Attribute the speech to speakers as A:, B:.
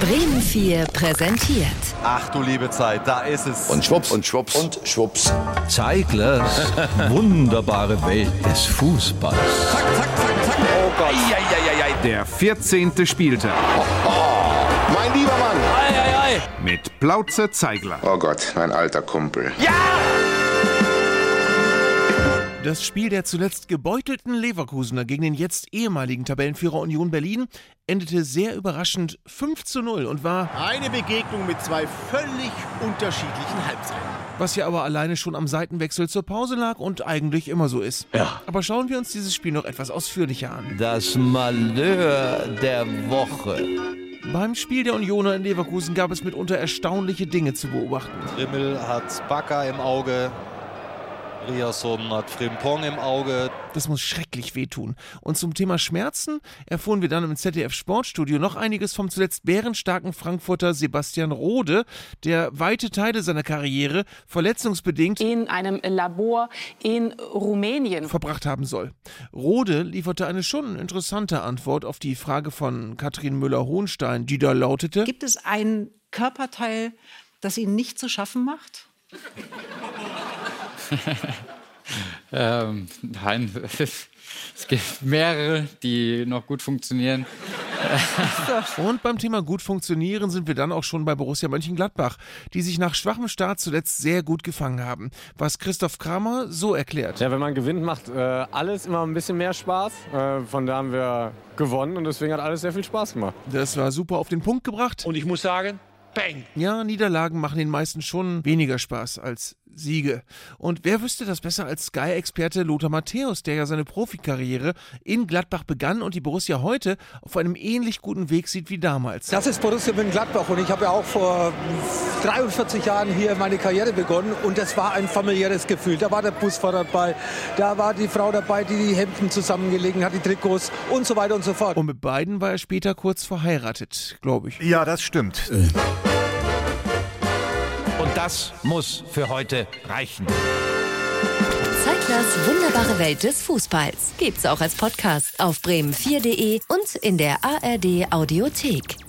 A: Bremen 4 präsentiert.
B: Ach du liebe Zeit, da ist es.
C: Und schwupps und schwupps und schwupps.
D: Zeiglers wunderbare Welt des Fußballs.
B: zack, zack, zack, zack. Oh Gott. Eieieiei.
E: Der 14. Spieltag
C: Mein lieber Mann.
E: mit Plauze Zeigler.
C: Oh Gott, mein alter Kumpel.
F: Das Spiel der zuletzt gebeutelten Leverkusener gegen den jetzt ehemaligen Tabellenführer Union Berlin endete sehr überraschend 5 zu 0 und war,
G: Eine Begegnung mit zwei völlig unterschiedlichen Halbzeiten.
F: was ja aber alleine schon am Seitenwechsel zur Pause lag und eigentlich immer so ist. Ja. Aber schauen wir uns dieses Spiel noch etwas ausführlicher an.
D: Das Malheur der Woche.
F: Beim Spiel der Unioner in Leverkusen gab es mitunter erstaunliche Dinge zu beobachten.
B: Rimmel hat Bakker im Auge. Riasum hat Frimpong im Auge.
F: Das muss schrecklich wehtun. Und zum Thema Schmerzen erfuhren wir dann im ZDF Sportstudio noch einiges vom zuletzt bärenstarken Frankfurter Sebastian Rode, der weite Teile seiner Karriere verletzungsbedingt
H: in einem Labor in Rumänien.
F: verbracht haben soll. Rode lieferte eine schon interessante Antwort auf die Frage von Katrin Müller-Hohenstein, die da lautete:
I: Gibt es ein Körperteil, das Ihnen nicht zu schaffen macht?
J: Ähm, nein, es gibt mehrere, die noch gut funktionieren.
F: Und beim Thema gut funktionieren sind wir dann auch schon bei Borussia Mönchengladbach, die sich nach schwachem Start zuletzt sehr gut gefangen haben, was Christoph Kramer so erklärt.
K: Ja, wenn man gewinnt, macht äh, alles immer ein bisschen mehr Spaß. Äh, von da haben wir gewonnen und deswegen hat alles sehr viel Spaß gemacht.
F: Das war super auf den Punkt gebracht.
G: Und ich muss sagen, bang.
F: Ja, Niederlagen machen den meisten schon weniger Spaß als Siege. Und wer wüsste das besser als Sky-Experte Lothar Matthäus, der ja seine Profikarriere in Gladbach begann und die Borussia heute auf einem ähnlich guten Weg sieht wie damals.
L: Das ist Borussia Mönchengladbach und ich habe ja auch vor 43 Jahren hier meine Karriere begonnen und das war ein familiäres Gefühl. Da war der Busfahrer dabei, da war die Frau dabei, die die Hemden zusammengelegt hat, die Trikots und so weiter und so fort.
F: Und mit beiden war er später kurz verheiratet, glaube ich.
E: Ja, das stimmt.
D: Und das muss für heute reichen.
A: Zeiglers wunderbare Welt des Fußballs. Gibt's auch als Podcast auf bremen4.de und in der ARD Audiothek.